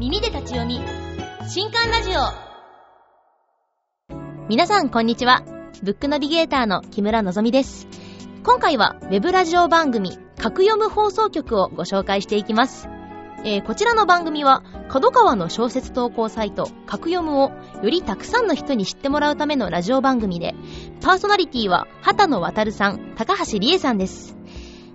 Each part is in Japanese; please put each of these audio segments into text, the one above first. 耳で立ち読み新刊ラジオ皆さんこんにちはブックナビゲーターの木村のぞみです今回はウェブラジオ番組「格読む放送局」をご紹介していきます、えーこちらの番組は角川の小説投稿サイト「格読む」をよりたくさんの人に知ってもらうためのラジオ番組でパーソナリティは畑野渉さん高橋理恵さんです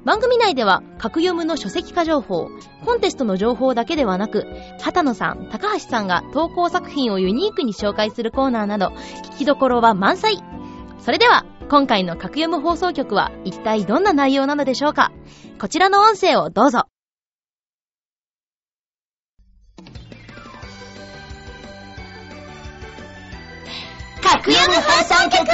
番組内では格読むの書籍化情報コンテストの情報だけではなく畑野さん高橋さんが投稿作品をユニークに紹介するコーナーなど聞きどころは満載それでは今回の格読む放送局は一体どんな内容なのでしょうかこちらの音声をどうぞ格読む放送局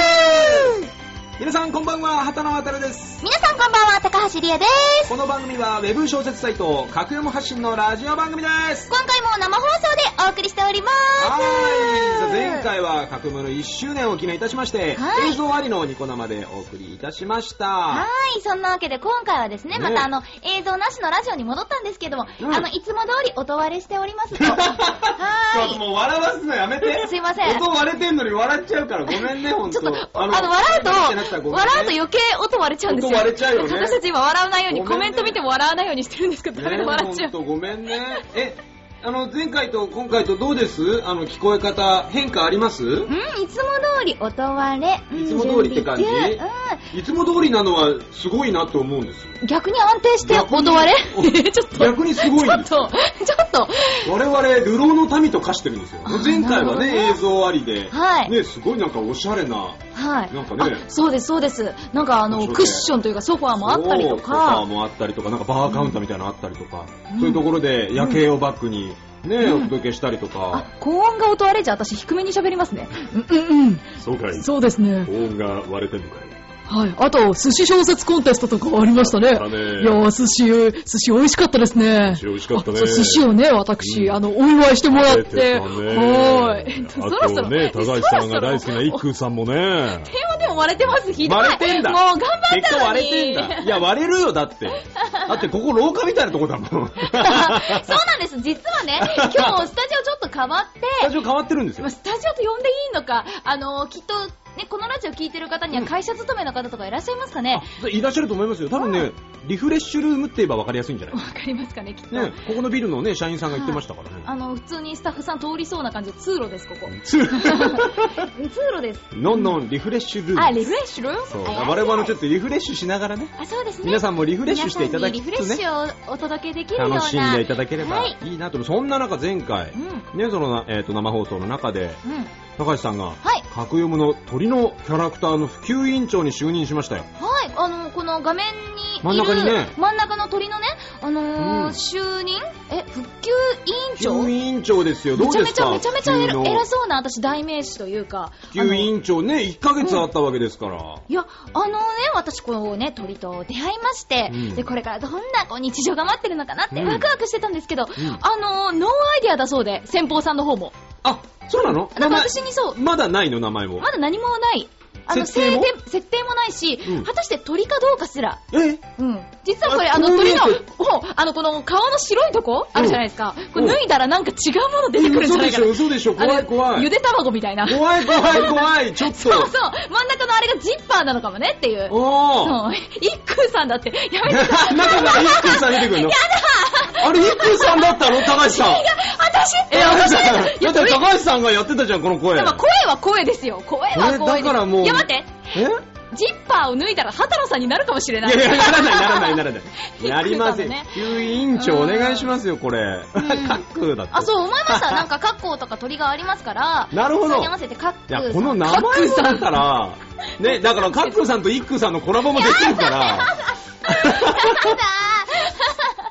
皆さんこんばんは畑野渉です皆さんこんばんは高橋理恵ですこの番組はウェブ小説サイト格読む発信のラジオ番組です今回も生放送でお送りしておりまはすーいさあ前回は格読むの1周年を記念いたしまして、はい映像ありのニコ生でお送りいたしましたはーい、そんなわけで今回はですね、ねまたあの、映像なしのラジオに戻ったんですけども、うんあの、いつも通り音割れしており ますと。はちょっとーもう笑わすのやめてい。すいません。ちょ音割れてんのに笑っちゃうからごめんねほんっと、あの、の笑うと、見てなくてごめんね笑うと余計音割れちゃうんですよ。音割れちゃうよね私たち今笑わないように、ごコめメんねント見ても笑わないようにしてるんですけど、ダメねで笑っちゃう。ほんとごめんねえあの前回と今回とどうですあの聞こえ方変化ありますうん、いつも通り音割れ。うんいつも通りって感じ準備中いつも通りなのはすごいなと思うんですようん。逆に安定して逆に音割おれ ちょっと。逆にすごいちょんっですよと、ちょっと、我々流浪の民と化してるんですよあー前回なるほはねどね映像ありで、はいね、すごいなんかおしゃれなはい。なんかねあそうです、そうです。なんかあ面の、白いねクッションというかソファーもあったりとそうソファーか。もあったりとかなんかバーカウンターみたいなのあったりとか、うんそういうところで夜景をバックに、ねうんお届けしたりとかあ、、高音が音割れじゃ私低めに喋りますね。うんうんそうかうん。そうですね。音が割れてるかいはい。あと、寿司小説コンテストとかありましたね。いあったねやー寿司、寿司美味しかったですね。寿司美味しかったねあそう寿司をね、私、うんあの、お祝いしてもらっ食べて。たねはーい。そろそろ。一空さんもね手はでも割れてます、ひどい。割れてんだもう頑張ったのに。結構割れてんだ。いや、割れるよ、だって。だって、ここ廊下みたいなとこだも ん。そうなんです。実はね、今日スタジオちょっと変わって、スタジオ変わってるんですまよあ。スタジオと呼んでいいのか、あのーきっと、ね、このラジオ聞いてる方には会社勤めの方とかいらっしゃいますかね。いらっしゃると思いますよ。多分ね、リフレッシュルームって言えば分かりやすいんじゃないわかりますかね、きっと。ね、ここのビルのね、社員さんが言ってましたからあ ね。の、普通にスタッフさん通りそうな感じの通路です、ここ。つ通路です。のんのんリフレッシュルあ、ーム。リフレッシュルームそう。あ我々もちょっっとリフレッシュしながらね、と。あ、そうですね。皆さんもリフレッシュしていただき皆さんつにつリフね、レッシュをお届けできるような。楽しんでいただければはい。いいなと。そんな中、前回う、ん。ね、そのな、えっと、生放送の中で、うん。高橋さんが、はい。格読むの鳥のキャラクターの普及委員長に就任しましたよ。はい。あの、この画面にいる真ん中にね真ん中の鳥のね、あのーうん就任え、復旧委員長副委員長ですよ、どめうちゃでめすちゃかめちゃめちゃ普偉及の偉そうな私代名詞というか。普及委員長ね、1ヶ月あったわけですから。いや、あのね、私こうね、鳥と出会いまして、うんで、これからどんなこう日常が待ってるのかなってうんワクワクしてたんですけど、んあのーノーアイディアだそうで、先方さんの方も。あ、そうなのだか名ら前私にそう、まだないの、名前もま。だ何もない。あの、設定も設定設定もないし、うん果たして鳥かどうかすら。えうん。実はこれ、ああのこう見鳥えての、ほうあの、この顔の白いとこあるじゃないですか。これ脱いだらなんか違うもの出てくるんじゃ嘘ないでかしなょ、。嘘でしょ、あの怖い怖ゆい。で卵みたいな。怖い怖い怖い、ちょっ そうそうと。、真ん中のあれがジッパーなのかもねっていう。おー。そう、一空さんだって、やめて 中から一空さん出てくるのやだあれ、一空さんだったの高橋さん。私って、え、あれ私じっゃんて、い だや、って鳥、高橋さんがやってたじゃん、この声。でも声は声ですよ。声は声です。これだからもういや、待って。 えジッパーを脱いだら、畑野さんになるかもしれないい。やいや、ならない、ならない、ならない。ねなりません。旧委員長お願いしますよ、これ。んカックーだって。あ、そう、思いま した。なんか、格好とか鳥がありますから、なるほどそれに合わせて格い好。や、この名前もだから、ね、だからカックーさんとイックーさんのコラボもできるから、やだ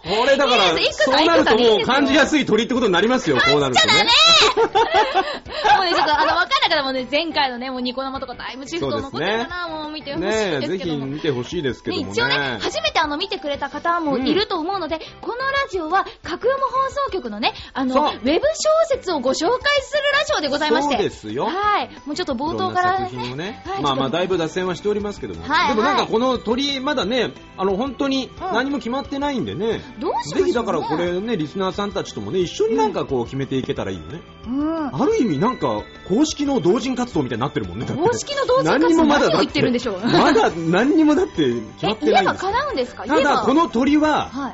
これだかいいらで、すイックさんそうなるとイックさんでいいでもうすよ感じやすい鳥ってことになりますよ、こうなるとね。ーもうね、ちょっと、あの、わかんなかったもんね、前回のね、もうニコ生とかタイムシフト残ってたな、もう見てほしいねですぜけどひも。見てほしいですけね、ども一応ねね、。初めてあの見てくれた方もいると思うので、このラジオは、格読む放送局のね、あの、ウそうェブ小説をご紹介するラジオでございまして。そうですよはい。もうちょっと冒頭からね。いろんな作品をねはい、まあちまあょっだいぶ脱線はしておりますけども、はいでもなんかこの鳥まだね、あの本当にん何も決まってないんでね、とどうしましょうねぜひだからこれね、リスナーさんたちともね、一緒になんかこう決めていけたらいいよね。うんある意味なんか、公式の同人活動みたいになってるもんね、だって公式の同時活何に動もまだ何だをって言ってるんでしょうまだ何にもだって決えまってな言えいんばですよ叶うんですか言たえばだ、この鳥は、はい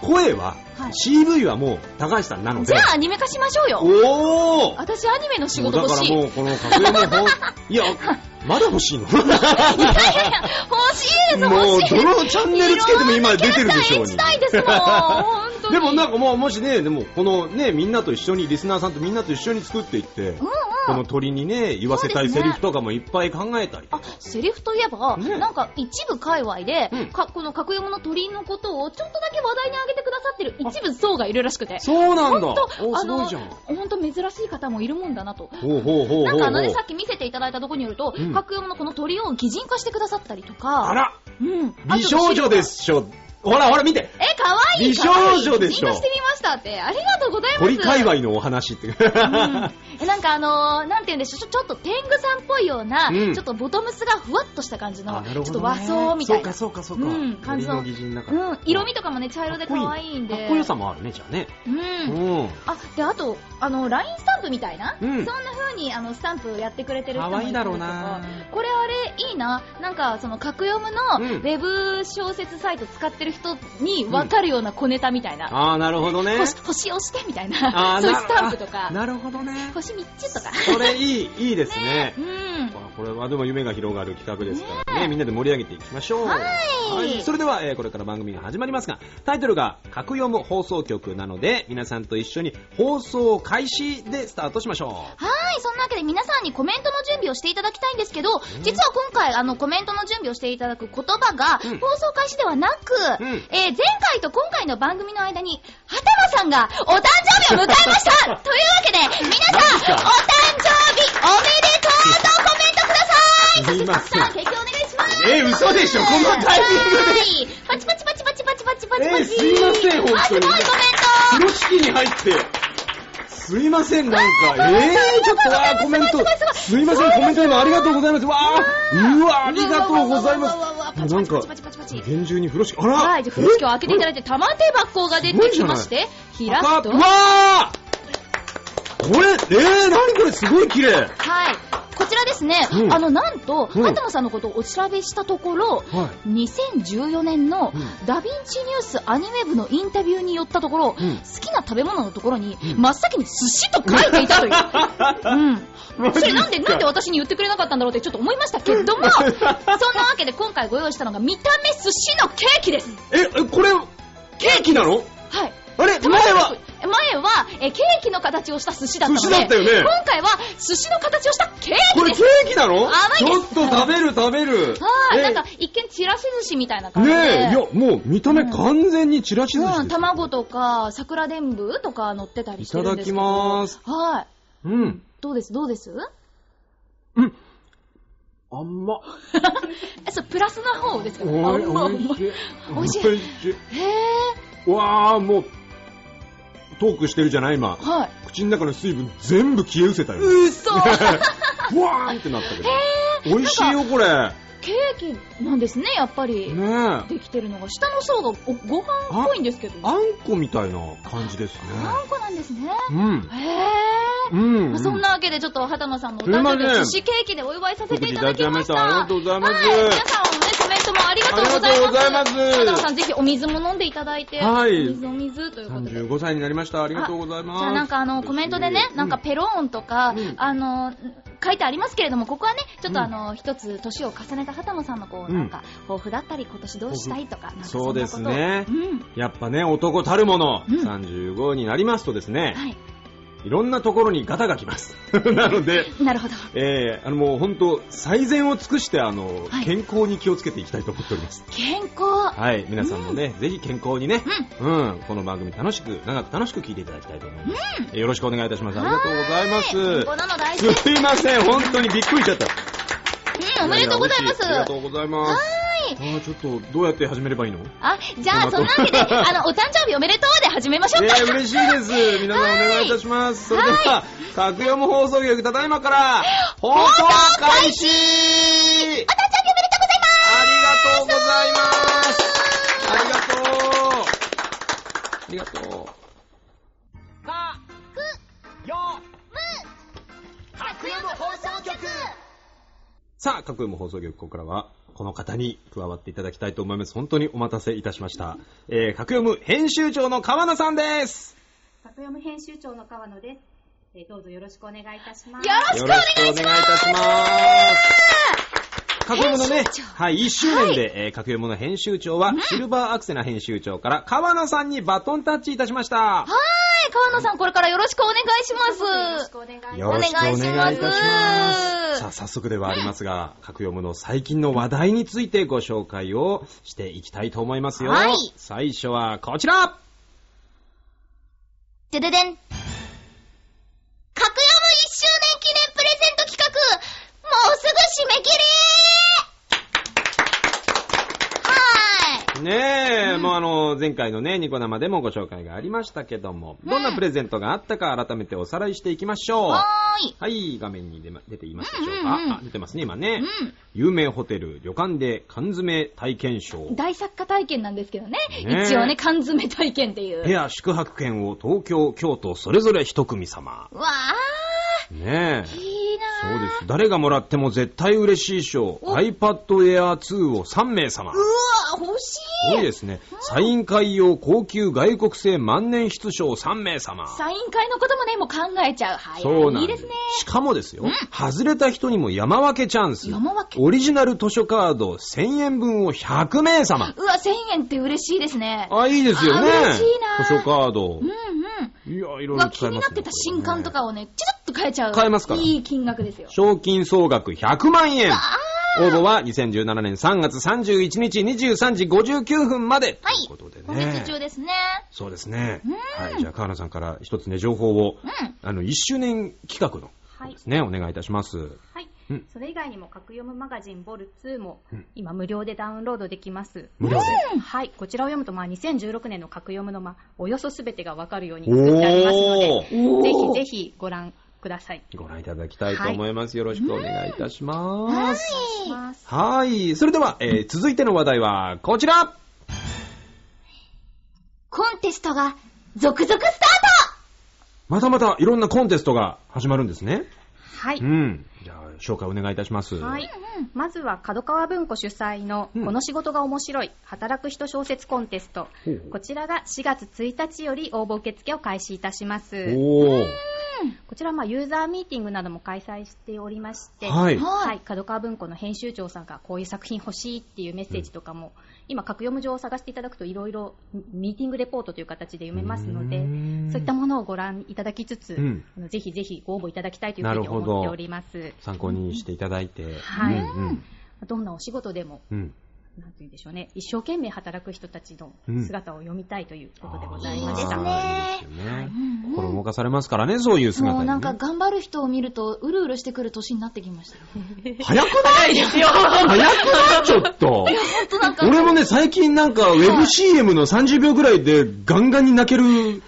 声は、はい CV はもう高橋さんなのじでゃ。あアニメ化しましょうよおー私アニメの仕事だ欲からしいもうこの格上の方、いや、まだ欲しいの欲しいですもう欲しいどのチャンネルつけても今出てるでしょういろんなキャラクター演じにたいですもん本当にでもなんかもうもしねでもこのねみんなと一緒にリスナーさんとみんなと一緒に作っていって、この鳥にね言わせたいセリフとかもいっぱい考えたり、あセリフといえば、ねなんか一部界隈で、うんかこの格読の鳥居のことをちょっとだけ話題に挙げてくださってる一部層がいるらしくてそうなんほだんおとあすごのいじゃんほんと珍しい方もいるもんだなとほうほうほうほうほうなんかあのねさっき見せていただいたとこによると、うん格読のこの鳥を擬人化してくださったりとあからうん美少女であとしょほらほら見てえ可愛い美少女でし擬人ょ化してみましたってありがとうございます鳥界隈のお話って、うんえなんかあのーなんて言うんでしょうちょ、ちょっと天狗さんっぽいような、うんちょっとボトムスがふわっとした感じの、 あなちるょっほどねと和装みたいな。そうかそうかそうか、うん感じの鳥擬人だから、うん、色味とかもね、茶色で可愛いんで。かっこよさもあるねじゃあねうん。うんあ、で、あと、あの、ラインスタンプみたいな、うんそんな風に、あの、スタンプやってくれてる人可も愛いるだろうなこれあれ、いいな。なんか、その、格読むの、うウんェブ小説サイト使ってる人に分かるような小ネタみたいな。ああなるほどね星、星押してみたいな。あーそういうなスタンプとかあ、なるほどね星3つとか。それいいいいですねうん。まあこれはでも夢が広がる企画ですからねみんなで盛り上げていきましょうはいそれでは、えーこれから番組が始まりますがタイトルが「格読む放送局」なので皆さんと一緒に放送開始でスタートしましょうはい、そんなわけで皆さんにコメントの準備をしていただきたいんですけど、実は今回、あの、コメントの準備をしていただく言葉が、うん放送開始ではなく、うんえー前回と今回の番組の間に、はてまさんがお誕生日を迎えました というわけで、皆さん、お誕生日おめでとうとコメントくださいすいませんさあ、結局お願いしますえー嘘でしょこのタイミングででパチパチパチパチパチパチパチえーすいません本当にあ、すごいコメント風呂敷に入ってすいません、なんか、えー、ちょっと、わー、コメント、すいません、コメント今ありがとうございます、わー、うわー、ありがとうございますうわうわうわうわうわ。なんパかチパチパチパチパ、チ厳重に風呂敷、あらはい、じゃあ、風呂敷を開けていただいて、て、玉手箱が出てきまして、開くと、うはわーこれ、えー、なにこれ、すごい綺麗い、こちらですね、うんあの、なんと、うんハトマさんのことをお調べしたところ、は2014年のうんダヴィンチニュースアニメ部のインタビューによったところ、うん好きな食べ物のところに、うん真っ先に寿司と書いてい たという。うんマジっすかそれなんで、なんで私に言ってくれなかったんだろうってちょっと思いましたけど も、そんなわけで今回ご用意したのが見た目寿司のケーキです。え、えこれ、ケーキなのはい。あれ、前前はは、前はえケーキの形をした寿司だったので寿司だったよね今回は寿司の形をしたケーキこれでケすーキな甘のいちでょすっと食べる食べる。はい、えなんか一見ちらし寿司みたいな感じねで、え、いや、もう見た目完全にちらし寿司ですうん、卵とか桜でんぶとか乗ってたりしてるんですけどいただきますはいうん。どうですどうですあんま。えそれプラスの方ですかねおい、あんまおいしい。美味しいおいしへえい。わあ、もう、トークしてるじゃない、今。はい口の中の水分全部消えうせたよ。うそ わーんってなったけど。へえ美味しいよ、これ。ケーキなんですねやっぱり、ねえ。あできてるのが下の層がおご飯っぽいんですけどあんこみたいな感じですね。んこなんですねうん。へえうん。まあそんなわけで、ちょっと、畑野さんのお誕すいま生せ日ん寿司ケーキでお祝いさせていただきました。ありがとうございますは皆さんもね、コメントもありがとうございまあす。りがとうございます畑野さん、ぜひお水も飲んでいただいて。はいお水お水ということで。じ35歳になりました。ありがとうございます。ゃあなんかあの、コメントでね、なんかペローンとか、うんあの、書いてありますけれども、ここはね、ちょっとうんあの、一つ年を重ねた畑野さんのこう、うんなんか、抱負だったり、今年どうしたいとか、なんかそんなことそうですねうん。やっぱね、男たるもの、うん35になりますとですね、はいろんなところにガタが来ます。 なので、い。なるほど。えー、あのもう本当、最善を尽くして、あの、はい健康に気をつけていきたいと思っております。健康。はい、皆さんもね、ぜひ健康にね、うん。うん、この番組楽しく、長く楽しく聞いていただきたいと思います。えーよろしくお願いいたします。ありがとうござい健ます康。なの大事です。すいません、本当にびっくりしちゃった。うん、おめでとうございます。やや嬉しありがとうございます。はーい。あーちょっと、どうやって始めればいいのあ、じゃあ、そんなわけ で、あの、お誕生日おめでとうで始めましょえうか。ー、嬉しいです。皆さんお願いいたします。それでは、格読む放送局ただいまから、放送開始お誕生日おめでとうございますありがとうございますありがとうりがとう。か、く、よ、む、かくよの放送局さあ、各務放送局、ここからは、この方に加わっていただきたいと思います。本当にお待たせいたしました。えー、各務編集長の川名さんです。格読む編集長の川野です。えーどうぞよろしくお願いいたします。よろしくお願いしますよろしくお願いいたします。各務のね、はい、1周年で、えー、各務の編集長は、シルバーアクセナ編集長から川名さんにバトンタッチいたしました。はい、川野さん、これからよろしくお願いしよろましすく。お願いします。よろしくお願いいたしお願いしま。ますすさあ、早速ではありますが、各読むの最近の話題についてご紹介をしていきたいと思いますよ。はい最初はこちらでででん。格読む1周年記念プレゼント企画、もうすぐ締め切りはーい。ねえ、もうあの、前回のね、ニコ生でもご紹介がありましたけども、どんなプレゼントがあったか改めておさらいしていきましょう。はーい。はい、画面に出ま出ていますでしょううんうんうんかあ、出てますね、今ね。うん。有名ホテル、旅館で缶詰体験ショー。大作家体験なんですけどね。ね一応ね、缶詰体験っていう。ペア宿泊券を東京、京都、それぞれ一組様。わあ、ねえ。いいなそうあです。誰がもらっても絶対嬉しい賞、お iPad Air 2を3名様。すうわ、欲しごい。いですね。サイン会用高級外国製万年筆賞3名様。サイン会のこともね、もう考えちゃう。はい、そうはい、ないんいでですすね。しかもですよ、外れた人にも山分けチャンス。山分けオリジナル図書カード1000円分を100名様。うわ、1000円って嬉しいですね。あ、いいですよね。あ嬉しいな図書カード。うんうん。いや、いうろいろわ、使気えますねになってた新刊とこかをね、ちょっと変えちゃう。変えますからいい金額ですよ。れね賞金総額100万円。あ応募は2017年3月31日23時59分まで。はいということでー、今ね月。中ですね。そうですね。うんはい。じゃあ、河野さんから一つね、情報を、うん。あの、1周年企画の、はいですね、お願いいたします。はいうん。それ以外にも格読むマガジンボル2もうん今無料でダウンロードできます。無料で。はい。こちらを読むと、まあ、2016年の格読むの、まあ、およそすべてがわかるように作ってありますので、おーぜひぜひご覧ください。ご覧いただきたいと思います。よろしくお願いいたします。まはい。それでは、えー続いての話題は、こちらコンテストが続々スターまたまたいろんなコンテストが始まるんですね。。はいうん。じゃあ、紹介お願いいたします。はい。まずは、角川文庫主催の、うんこの仕事が面白い、働く人小説コンテスト。ほうこちらが4月1日より応募受付を開始いたします。おー。こちら、まあ、ユーザーミーティングなども開催しておりまして、はい。トは、はい角川文庫の編集長さんがこういう作品欲しいっていうメッセージとかも、今、格読む上を探していただくといろいろミーティングレポートという形で読めますのでうーん、そういったものをご覧いただきつつ、うんあのぜひぜひご応募いただきたいというなふうるにほど思っております。参考にしていただいて。はいうんどんなお仕事でも、うん。うん。なんて言うんでしょうね、一生懸命働く人たちの姿を読みたいということでございました。うんはあーいいいいですねですよねうんうん心動かされますからね、そういうト姿に、ね。もうなんか頑張る人を見ると、うるうるしてくる年になってきましたよ。早くないですよ早くないちょっとほんとなんか、俺もね、最近なんか、ウェブ CM の30秒ぐらいでガンガンに泣ける、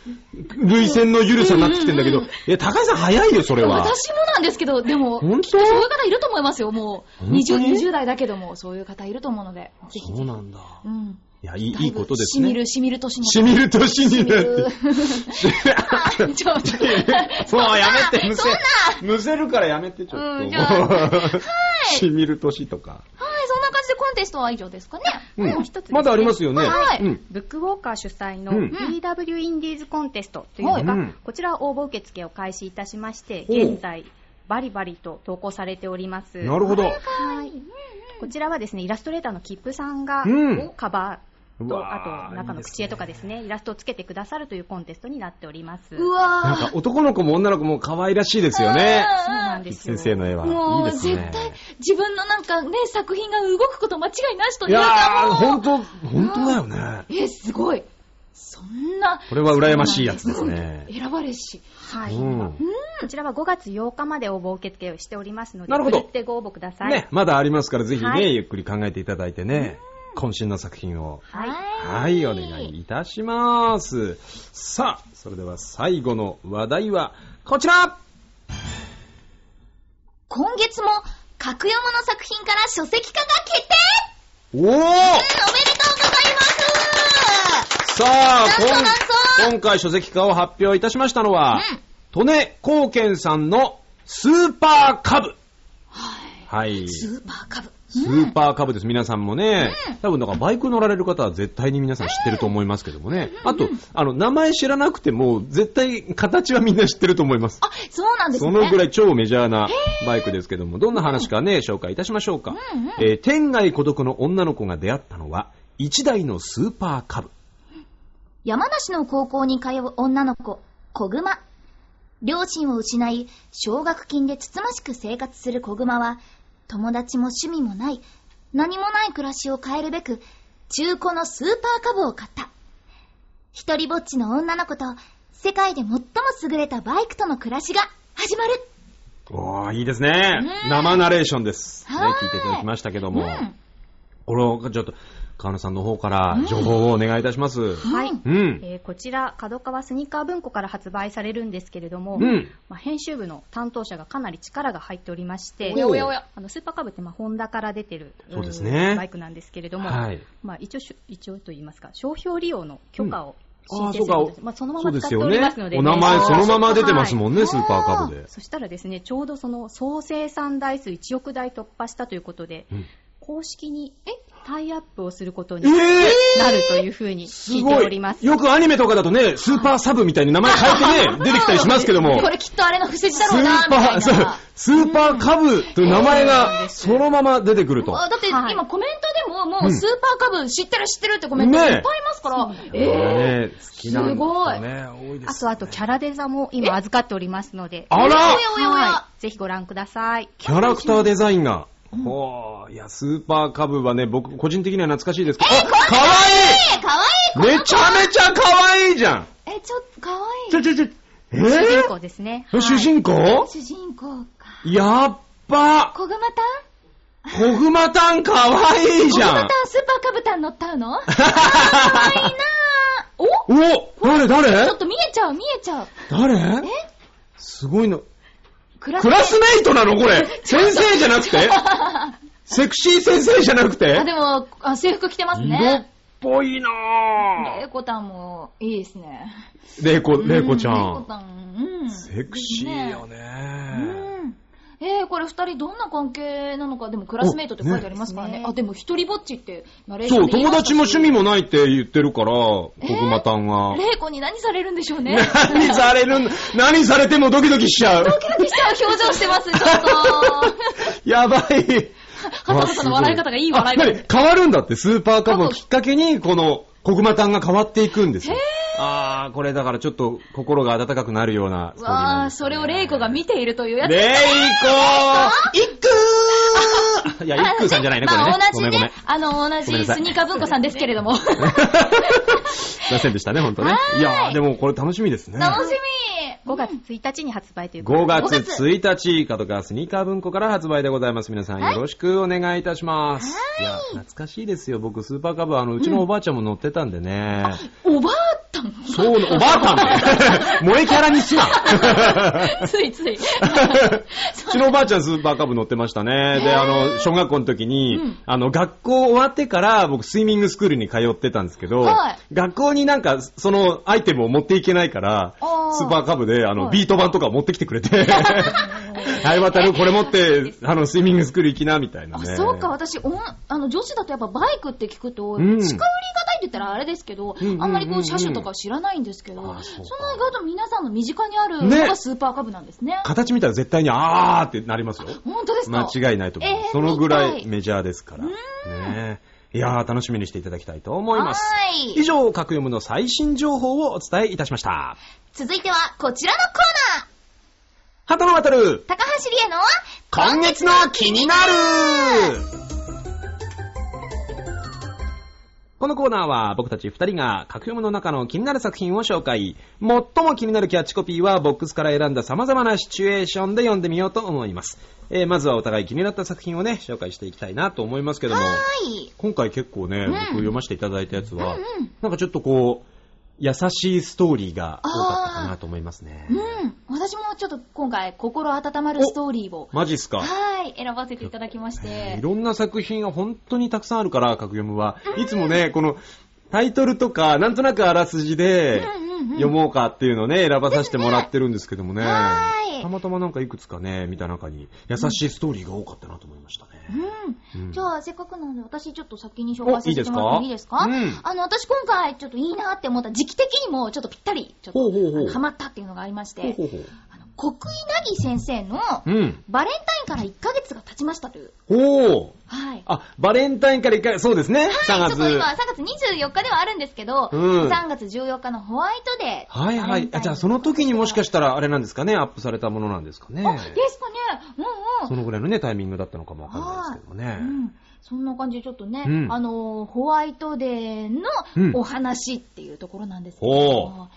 類線の緩さになってきてんだけど、いや、高井さん早いよ、それは。私もなんですけど、でも、本当そういう方いると思いますよ、もう。本当 20, に20代だけども、そういう方いると思うので、ぜひそぜうひ。なんだ。うん。いや、いい、いいことですしみね。る、しみる年の。しみる年に なる。 る。ちょっと。もうやめて、むそんなせ、むせるからやめて、ちょっうと。んじゃあ しみる年とか。はい、そんな感じでコンテストは以上ですかね。うんもう一つですねまだありますよね。はいうん。ブックウォーカー主催のうん BW インディーズコンテストというのが、うんこちらは応募受付を開始いたしまして、ほう現在、バリバリと投稿されております。なるほど。はいこちらはですね、イラストレーターのキップさんが、うんをカバーうと、わーあと中の口絵とかですねイラストをつけてくださるというコンテストになっております。うそうなんわか男の子も女の子も可愛らしいですよね。なんですよ。先生の絵は。もいういですね。絶対自分のなんかね、作品が動くこと間違いなしといいうやかー、もほんう。と、ほんとだよね。え、すごい。そんな。これは羨ましいやつですねうん選ばれし。はい、うん。こちらは5月8日まで応募受付をしておりますので、なるほど振ってご応募ください。ね、まだありますから、ぜひね、はいゆっくり考えていただいてね、渾身の作品を。はい。はい、お願いいたします。さあ、それでは最後の話題は、こちら今月も、格読むの作品から書籍化が決定おーおめでとうございますさなあ、んとなんとこん今回書籍化を発表いたしましたのは、利根貢献さんのスーパーカブ。はい。ススーパーカブ。ーパーカブです。皆さんもね、多分だからバイク乗られる方は絶対に皆さん知ってると思いますけどもね。あと、あの、名前知らなくても、絶対形はみんな知ってると思います。あ、そうなんですそね。のぐらい。い超メジャーなバイクですけども、どんな話かね、紹介いたしましょうか。えー天外孤独の女の子が出会ったのは、一台のスーパーカブ。山梨の高校に通う女の子、小熊。両親を失い、奨学金でつつましく生活する小熊は、友達も趣味もない、何もない暮らしを変えるべく、中古のスーパーカブを買った。一人ぼっちの女の子と、世界で最も優れたバイクとの暮らしが始まる。おー、いいですね。生ナレーションです。ね、はーい聞いていただきましたけども。これを、ちょっと、河野さんの方から情報をお願いいたします。はい。うん。えーこちら、角川スニーカー文庫から発売されるんですけれども、うんまあ、編集部の担当者がかなり力が入っておりまして、おやおやおや。あのスーパーカブって、まあ、ホンダから出てるそうですねうんバイクなんですけれども、はいまあ、一応し、一応と言いますか、商標利用の許可をうん申あー請することそうかです、まあ、そのまそうまで使すってよおりねますの。で、お名前ねそのまま出てますもんね、スーパーカブで。そしたらですね、ちょうどその総生産台数1億台突破したということで、うん公式にタイアップをすることにえなーるというふうにす聞いてごおりいます。よくアニメとかだとね、スーパーサブみたいに名前変え てね、出てきたりしますけども。これきっとあれの伏せ字だスろうな、ーみパたいー、そうな。スーパーカブという名前がそのまま出てくると。あだってはい今コメントでももうんうスーパーカブ知ってる知ってるってコメントねいっえぱいいますから、ええね好きなんすごだいね。多いであす。とあとキャラデザも今預かっておりますので、あらおやおやおやはい、ぜひご覧ください。キャラクターデザインが。ほう、いや、スーパーカブはね、僕、個人的には懐かしいですけど、あ、かわえ、かわいいめちゃめちゃかわいいじゃんいいえ、ちょっと、かわいちょちょちょ、え主人公ですね。ー主人公い。主人公か。やっば、小熊たんコグマタンかわいい小じゃ熊たんん、スーパーカブタン乗ったう のかわいいなぁ。おお誰ちょ誰っと見えちゃう見えちゃう。誰すごいな。クラクラスメイトなのこれ。先生じゃなくてセクシー先生じゃなくてあ、でも、あ制服着てます色っね。ぽいなレイコタンもいいですね。ぁ。レイコ、レイコちゃレイコん。タン、うん。セクシーよね。うん。えー、これ二人どんな関係なのか、でもクラスメイトって書いてありますからね。ねあ、でも一人ぼっちってナレーショそンう、で言い友ました達も趣味もないって言ってるから、コグマタンは。レイコに何されるんでしょうね。何されるん、何されてもドキドキしちゃう。ドキドキしちゃう表情してます、ち ょっと。やばい。ハトコさんの笑い方がいい笑いあ方すごあ何変わるんだって、スーパーカブをきっかけに、この、コグマタンが変わっていくんですよ。あー、これだからちょっと心が温かくなるようなストーリーわなんあ、ですそれをレイコが見ているというやつ。レイコー一空いや、一空さんじゃないね、これ ねま。あご同めんじごめんね。、あの、同ごめんなじさいスニーカー文庫さんですけれど も。すいませんでしたね、ほんとね。いやー、でもこれ楽しみですね。楽し5月1日に発売ということで5月1日、角川スニーカー文庫から発売でございます。皆さんよろしくお願いいたします。いや、懐かしいですよ。僕、スーパーカブ、あの、うちのおばあちゃんも乗ってたんでね。みおばあたんそうな、おば あちゃん萌えキャラにすな ついつ い。うちのおばあちゃんスーパーカブ乗ってましたね。で、あの、小学校の時に、あの、学校終わってから僕スイミングスクールに通ってたんですけど、はい学校になんかそのアイテムを持っていけないから、あースーパーカブであの、ビート板とか持ってきてくれ て、はい、渡るこれ持って、あの、スイミングスクール行きな、みたいなあ、ね。そうか、私、おんあの、女子だとやっぱバイクって聞くと、う近寄んりがたいって言ったらあれですけど、うんうんうんあんまりこう車種とか知らないんですけど、あそうそかんな意外と皆さんの身近にあるのねがスーパーカブなんですね。形見たら絶対に、あーってなりますよ。本当ですか間違いないと思います。えーそのぐら見いたメジャーですから。ねえいやー、楽しみにしていただきたいと思います。はーい以上、各読むの最新情報をお伝えいたしました。続いては、こちらのコーナー鳩の渡る、高橋理恵の今月の気になるこのコーナーは僕たち二人が格読むの中の気になる作品を紹介。最も気になるキャッチコピーはボックスから選んだ様々なシチュエーションで読んでみようと思います。えーまずはお互い気になった作品をね、紹介していきたいなと思いますけども。はい。今回結構ね、僕読ませていただいたやつは、なんかちょっとこう、優しいストーリーが多かったかなと思いますね。うん。私もちょっと今回、心温まるストーリーを、マジっすか、はい、選ばせていただきましいて。ろんな作品が本当にたくさんあるから、格読むは。いつもね、この、タイトルとか、なんとなくあらすじでうんうんうん読もうかっていうのをね、選ばさせてもらってるんですけどもね。はーいたまたまなんかいくつかね、見た中に、優しいストーリーが多かったなと思いましたね。うん。じゃあ、せっかくなので、私ちょっと先に紹介させてもらっおていいいいでですすかかうんあの、私今回ちょっといいなって思った時期的にもちょっとぴったり、ちょっほうとほうほう。ハマったっていうのがありましほうて、ほうほう。あの、国井なぎ先生のうん。バレンタインから1ヶ月が経ちましたという。ほう。はい。あ、バレンタインから一回、そうですね。3はい、ちょ月っ。と今、3月24日ではあるんですけど、うん3月14日のホワイトデー。はいバはレいン。タイあンじゃあその時にもしかしたらあれなんですかね、アップされたものなんですかね。あ、ですかね。うんうん。そのぐらいのね、タイミングだったのかもわかんないですけどもねう。ん、そんな感じでちょっとね、うんあのーホワイトデーうんのお話っていうところなんですけど、ほ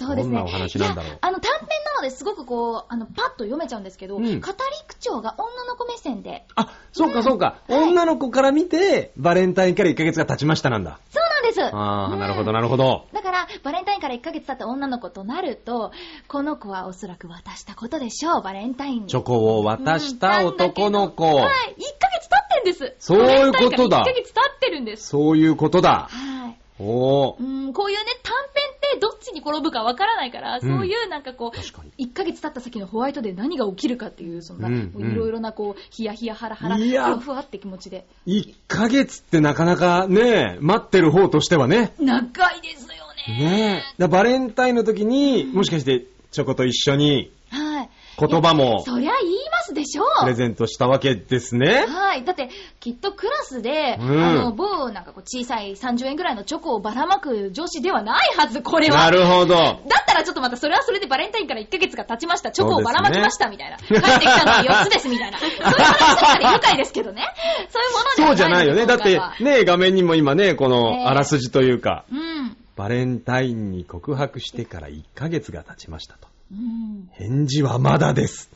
そうですね。どんなお話なんだろういやあの短編なのですごくこう、あの、パッと読めちゃうんですけど、うん語り口調が女の子目線で、あ、そうかそうか。女の子から見て、バレンタインから1ヶ月が経ちましたなんだ。そうなんですあうあ、んなるほどなるほど。だから、バレンタインから1ヶ月経った女の子となると、この子はおそらく渡したことでしょう、バレンタインに。チョコを渡した男の子。はい、1ヶ月経ってんです。そういうバレンことだタインから1ヶ月経ってるんです。そういうことだ。はい。おうー。ん、こういうね、短編ってどっちに転ぶかわからないから、そういうなんかこ確かにう、1ヶ月経った先のホワイトで何が起きるかっていう、そのな、うんもういろいろなこう、ヒヤヒヤハラハラ、いやふわふわって気持ちで。 1ヶ月ってなかなかね、待ってる方としてはね。長いですよね。ねえ。だバレンタインの時に、もしかして、チョコと一緒にはい。言葉もそりゃ言いますでしょプレう。ゼントしたわけですね。はい。だって、きっとクラスで、うんあの、某なんかこう、小さい30円ぐらいのチョコをばらまく女子ではないはず、これは。なるほど。だったらちょっとまたそれはそれでバレンタインから1ヶ月が経ちました、チョコをばらまきました、そうみたいな。ね帰ってきたのは4つです、み たいな。そういう話だったら愉快ですけどね。そういうものでそうはじゃないよね。だっ今て回は、ね、画面にも今ね、こええのあらすじというか、うん。バレンタインに告白してから1ヶ月が経ちましたと。うん。返事はまだです。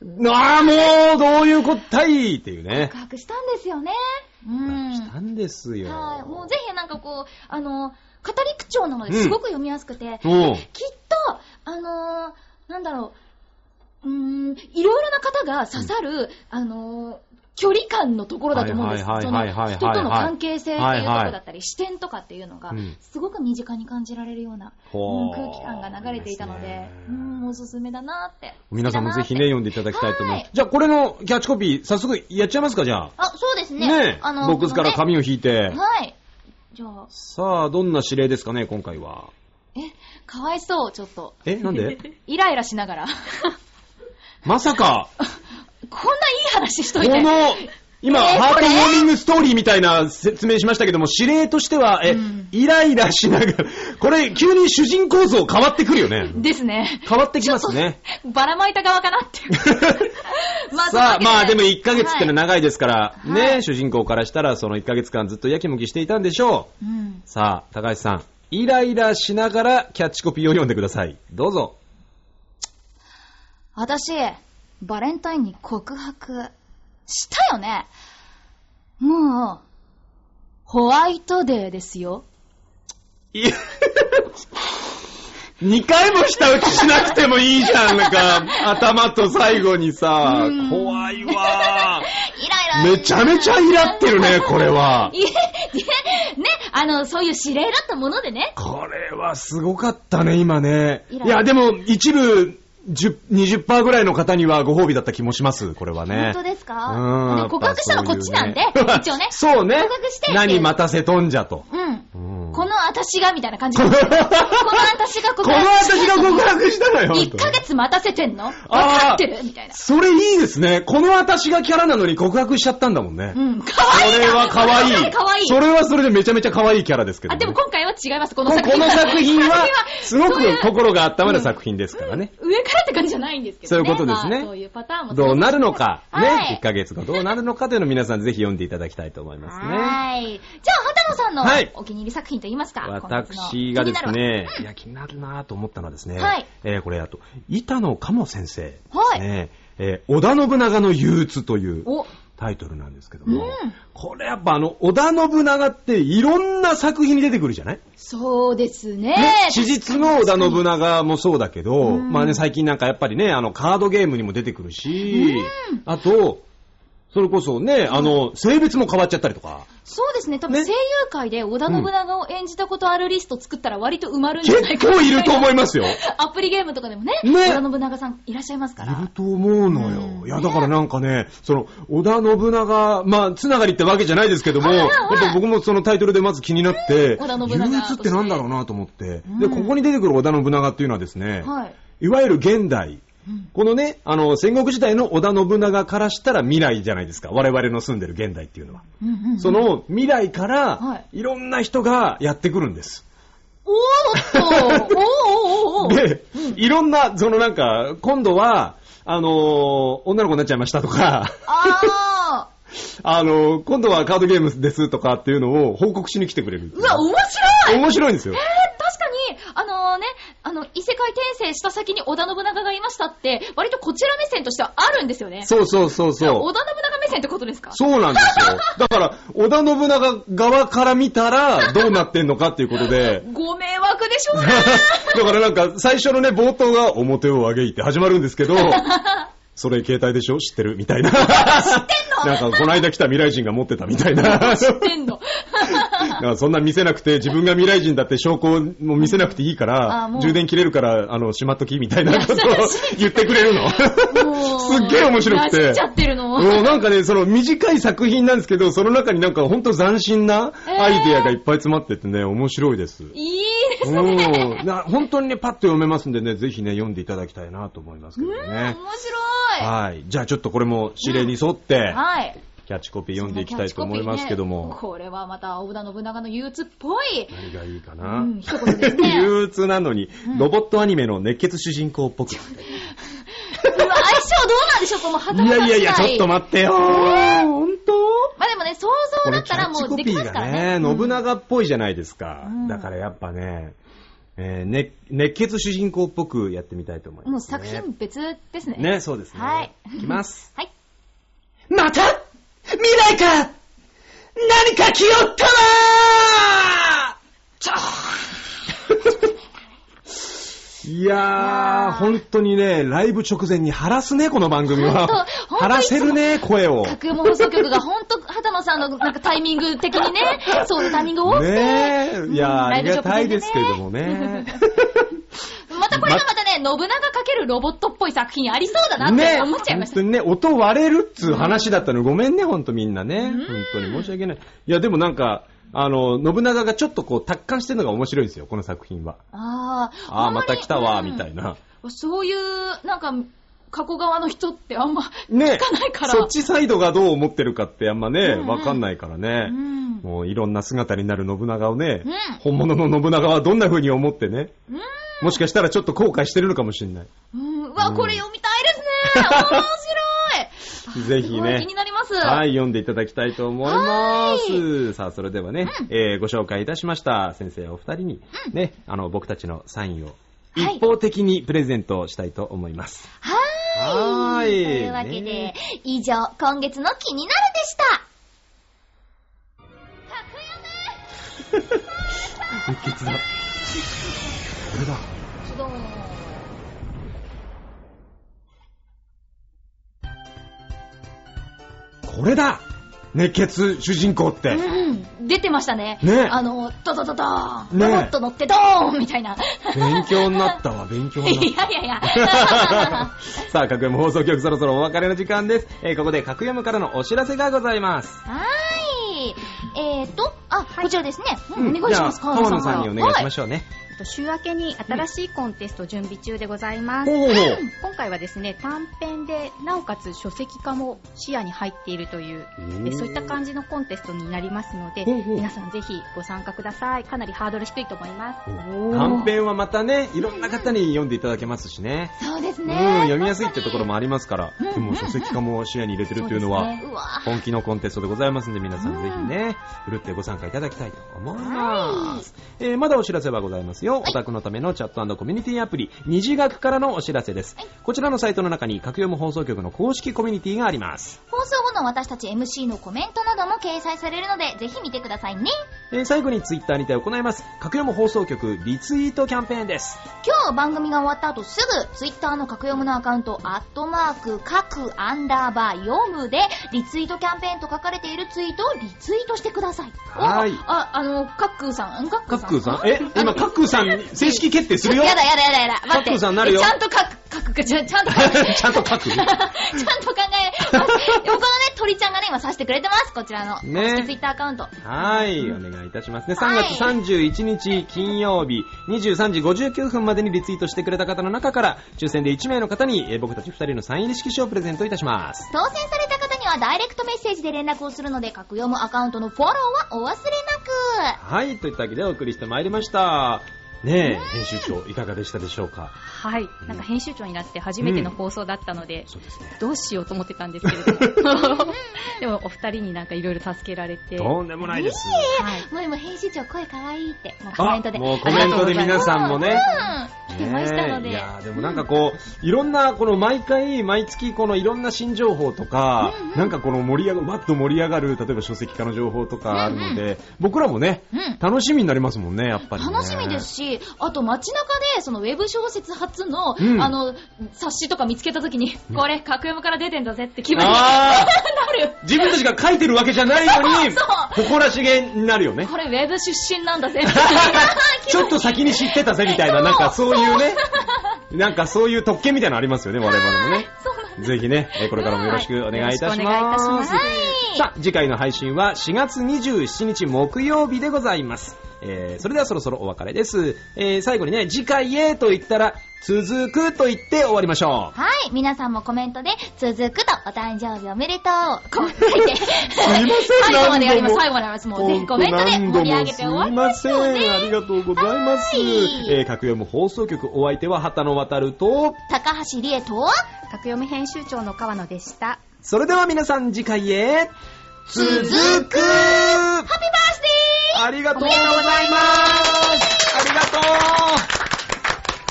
なあ、もう、どういうこったいっていうね告。白したんですよね。うしん。たんですよ。はい。もうぜひなんかこう、あの、語り口調なのですごく読みやすくて、おうきっと、あのーなんだろう、うーん、いろいろな方が刺さる、あのー距離感のところだと思うんです。はいそはのいはいはいはいはい人との関係性っていうところだはったり、視点とかっていうのがうん、すごく身近に感じられるような、ほううん空気感が流れていたのいいでで、すうねん、おすすめだなって。皆さんもぜひね、読んでいただきたいと思いまはす。じゃあ、これのキャッチコピー、早速やっちゃいますか、じゃあ。あ、そうですね。ねえ、あのボックスからこの紙を引いてね。はい。じゃあ、さあ、どんな指令ですかね、今回は。え、かわいそう、ちょっと。え、な んでイライラしながら。こ まさか、んないい話しとこいて。の、今、えーハーこトウれォーミングストーリーみたいな説明しましたけども、指令としては、え、うんイライラしながら、これ、急に主人公像変わってくるよね。ですね。変わってきますね。ばらまいた側かなって。 さあ、まあでも1ヶ月ってのはな、長いですから、はいはね、い主人公からしたらその1ヶ月間ずっとやきもきしていたんでしょう。うんさあ、高橋さん、イライラしながらキャッチコピーを読んでください。どうぞ。私、バレンタインに告白したよね。もう、ホワイトデーですよ。いや、2回も下打ちしなくてもいいじゃん、なんか、頭と最後にさ、怖いイわライラ。めちゃめちゃイラってるね、これは。いえ、いえ ね、あの、そういう指令だったものでね。これはすごかったね、今ね。イいラや、でも、一部、10 20%ぐらいの方にはご褒美だった気もします、これはね。本当ですかうんでも告白したのこっち なんで、やぱそういう。一応ねそうね。告白して何待たせとんじゃと。うん。うんこの私がみたいな感じ。ここのの私がこ告の白私が告白したのよ。 1ヶ月待たせてんのわかってるみたいな。それいいですね。この私がキャラなのに告白しちゃったんだもんね。うん。かこわいいなれは可愛いこれは可愛い。それはそれでめちゃめちゃ可愛いキャラですけど、あ、ね。でも今回は違います。このこ作こ品の作品は、すごそういうく心が温まる作品ですからね。上からって感じじゃないんですけどね。そういうことですねまあそういうパターンも。どうなるのか、はいね、1ヶ月後どうなるのかというのを皆さんぜひ読んでいただきたいと思いますね。はーい。じゃあ、畑野さんのはいお気に入り作品といいますか、私がで今す月のね、いや、気になるなぁと思ったのはですね、はいえーこれ、あと、板野鴨先生ですはいね、えー織田信長の憂鬱というおタイトルなんですけども、これやっぱあの、織田信長っていろんな作品に出てくるじゃないそうですね。ね史実の織田信長もそうだけど、まあね、最近なんかやっぱりね、あの、カードゲームにも出てくるし、あと、それこそね、あの、性別も変わっちゃったりとか。そうですね、多分ね声優界で織田信長を演じたことあるリスト作ったら割と埋まるんじゃない結かな構いると思いますよ。アプリゲームとかでもね、ね織田信長さんいらっしゃいますかいるら。と思うのよ。いや、だからなんかね、その、織田信長、まあ、つながりってわけじゃないですけども、はいはやいっはいぱ僕もそのタイトルでまず気になって、織田信長憂鬱ってなんだろうなと思って、うで、んここに出てくる織田信長っていうのはですね、はい。いわゆる現代、このね、あの、戦国時代の織田信長からしたら未来じゃないですか。我々の住んでる現代っていうのは。うんうんうんその未来かはら、いろんな人がやってくるんです。おーっと、おーおーおーおーで、いろんな、そのなんか、今度は、あのー女の子になっちゃいましたとか、ああのー今度はカードゲームですとかっていうのを報告しに来てくれる。ー、うわ、面白い面白いんですよ。確かに、あのね、あの、異世界転生した先に織田信長がいましたって、割とこちら目線としてはあるんですよね。そうそうそうそう。織田信長目線ってことですかそうなんですよ。だから、織田信長側から見たら、どうなってんのかっていうこと で、ご迷惑でしょ うね。だからなんか、最初のね、冒頭が表を上げいって始まるんですけど、それ携帯でしょ知ってるみたいな。 知ってんのなんか、この間来た未来人が持ってたみたい な。天の。 だからそんな見せなくて、自分が未来人だって証拠も見せなくていいかあらもう、充電切れるから、あの、しまっときみたいなことを言ってくれ るの。もうすっげえ面白くてなじっちゃってるの。うんなんかね、その短い作品なんですけど、その中になんかほんと斬新なアイデアがいっぱい詰まっててね、面白いです。いいですね。うんな本当にね、パッと読めますんでね、ぜひね、読んでいただきたいなと思いますけどね。面白い。はい。じゃあちょっとこれも指令に沿って、はい。キャッチコピー読んでいきたいと思いますけどそのキャッチコも、ピーねこれはまた、織田信長の憂鬱っぽい。何がいいかうな。ん、一言ですね。うわ、 憂鬱なのに、ロボットアニメの熱血主人公っぽく。い相性どうなんでしょうこの旗のやいやいや、ちょっとま。待ってよー。本当まあでもね、想像だこれっキたャらッもチうコできピまーすからがね。ね、信長っぽいじゃないですかうん。だからやっぱね、えーね熱血主人公っぽくやってみたいと思いもうますね。作品別ですね。ね、そうですね。はいい きます。はい。また未来か何か来よったなーいやー、本当にね、ライブ直前に晴らすね、この番組ほんとは。ほんと晴らせるね、声を。各も放送局が本当、畑野さんのなんかタイミング的にね、 そういうタイミング多くて、ねえ、いやー、うんありがたいですけれどもライブ直前ねで。またこれがまたね、信長かけるロボットっぽい作品ありそうだなってね思っちゃいま本した。当にね、音割れるっつう話だったの。ごめんね、ほんとみんなね。ん本当に申し訳ない。いや、でもなんか、あの、信長がちょっとこう、達観してるのが面白いんですよ、この作品は。あーあほあ、んにまた来たわ、うんみたいな。そういう、なんか、加古川の人ってあんま、ねかないからそっちサイドがどう思ってるかってあんまね、うんうんわかんないからうね。ん。もういろんな姿になる信長をね、うん本物の信長はどんな風に思ってね、もしかしたらちょっと後悔してるのかもしれない。うん。うわ、これ読みたいですね。面 白い。ぜひねすごい気になります。はい、読んでいただきたいと思います。さあ、それではね、えーご紹介いたしました先生お二人に、ね、あの、僕たちのサインをはい一方的にプレゼントしたいと思います。はーい。というわけでね、以上、今月の気になるでした。熱血だ。これだ。これだ熱血主人公って。うん。出てましたね。ねあの、ドドドドーン。ねロボット乗ってドーンみたいな。勉強になったわ、勉強いになっ た。やいやい や。さあ、各読放送局そろそろお別れの時間です。えーここで各読からのお知らせがございます。はーい。えーと、あ、こちらですね。うんうんお願いします、じゃあ川野川野さんさんからにお願いしましょうね。えっと週明けに新しいコンテスト準備中でございます。ほうほうほう今回はですね、短編で、なおかつ書籍化も視野に入っているという、えそういった感じのコンテストになりますので、ほうほう皆さんぜひご参加ください。かなりハードル低いと思います。短編はまたね、いろんな方に読んでいただけますしね。そうですうんね。、読みやすいってところもありますから、でも書籍化も視野に入れてるっていうのは、うわ本気のコンテストでございますんで、皆さんぜひね、ふるってご参加いただきたいと思います。えーまだお知らせはございますよ。オタクのためのチャットコミュニティアプリ、二次学からのお知らせです。こちらのサイトの中に、各読む放送局の公式コミュニティがあります。放送後の私たち MC のコメントなども掲載されるので、ぜひ見てくださいね。えー最後にツイッターにて行います、格読む放送局リツイートキャンペーンです。今日番組が終わった後すぐ、ツイッターの格読むのアカウント、アットマーク、各アンダーバー読むで、リツイートキャンペーンと書かれているツイートをリツイートしてください。はーい。あ、あの、カックーさん、カックカーッさん。クーさんえ、今カックーさん正式決定するよやだやだやだやだ。待って。カックーさんなるよちゃんとカック、カック、ちゃんちゃんとカック ちゃんと書ちくゃんと考えます。このね、鳥ちゃんがね、今さしてくれてます。こちらの。ねツイッターアカウント。はい、お願いいたしますね。3月31日金曜日23時59分までにリツイートしてくれた方の中から抽選で1名の方に、えー僕たち2人のサイン入り色紙をプレゼントいたします。当選された方にはダイレクトメッセージで連絡をするので、格読むアカウントのフォローはお忘れなく。はい、といったわけでお送りしてまいりました。ねえ、編集長いかがでしたでしょうかはい。なんか編集長になって初めての放送だったので、そうですね。どうしようと思ってたんですけれども。でもお二人になんかいろいろ助けられて。とんでもないです。はいもう今編集長声可愛いって、もうコメあントで。もうコメントで皆さんもね。うん、来てましたので。ねえいやーでもなんかこう、いろんな、この毎回、毎月、このいろんな新情報とか、なんかこの盛り上が、わっと盛り上がる、例えば書籍化の情報とかあるので、僕らもね、うん楽しみになりますもんね、やっぱり、ね。楽しみですし、あと街中で、そのウェブ小説初の、うんあの、冊子とか見つけた時に、これ、格読から出てんだぜって気分になある。ー自分たちが書いてるわけじゃないのに、そう誇らしげになるよねこ。れ、ウェブ出身なんだぜ。 ちょっと先に知ってたぜみたいな、なんかそういうね、なんかそういう特権みたいなのありますよね、我々もね。ぜひね、えーこれからもよろしくお願いいたしまよろす。さあ、次回の配信は4月27日木曜日でございます。えー、それではそろそろお別れです。えー、最後にね、次回へと言ったら、続くと言って終わりましょう。はい、皆さんもコメントで、続くとお誕生日おめで とう。ごめん なさいね最後までやります、最後までやります。もうね、コメントで盛り上げて終わりましょう本当何度もすいません。あね。りがとうございます。はいえー、各読む放送局お相手は畑野渡ると、高橋理恵と、格読み編集長の川野でした。それでは皆さん次回へ、続くハッピーバースデーありがとうございますありがとう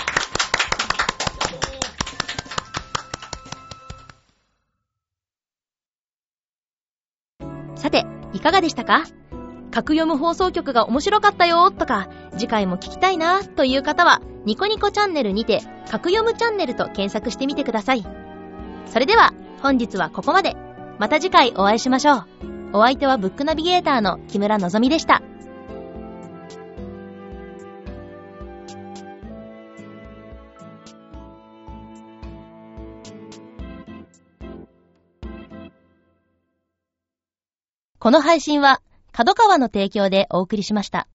さて、いかがでしたか格読む放送局が面白かったよとか、次回も聞きたいなという方は、ニコニコチャンネルにて、格読むチャンネルと検索してみてください。それでは、本日はここまで。また次回お会いしましょう。お相手はブックナビゲーターの木村のぞみでした。この配信は、角川の提供でお送りしました。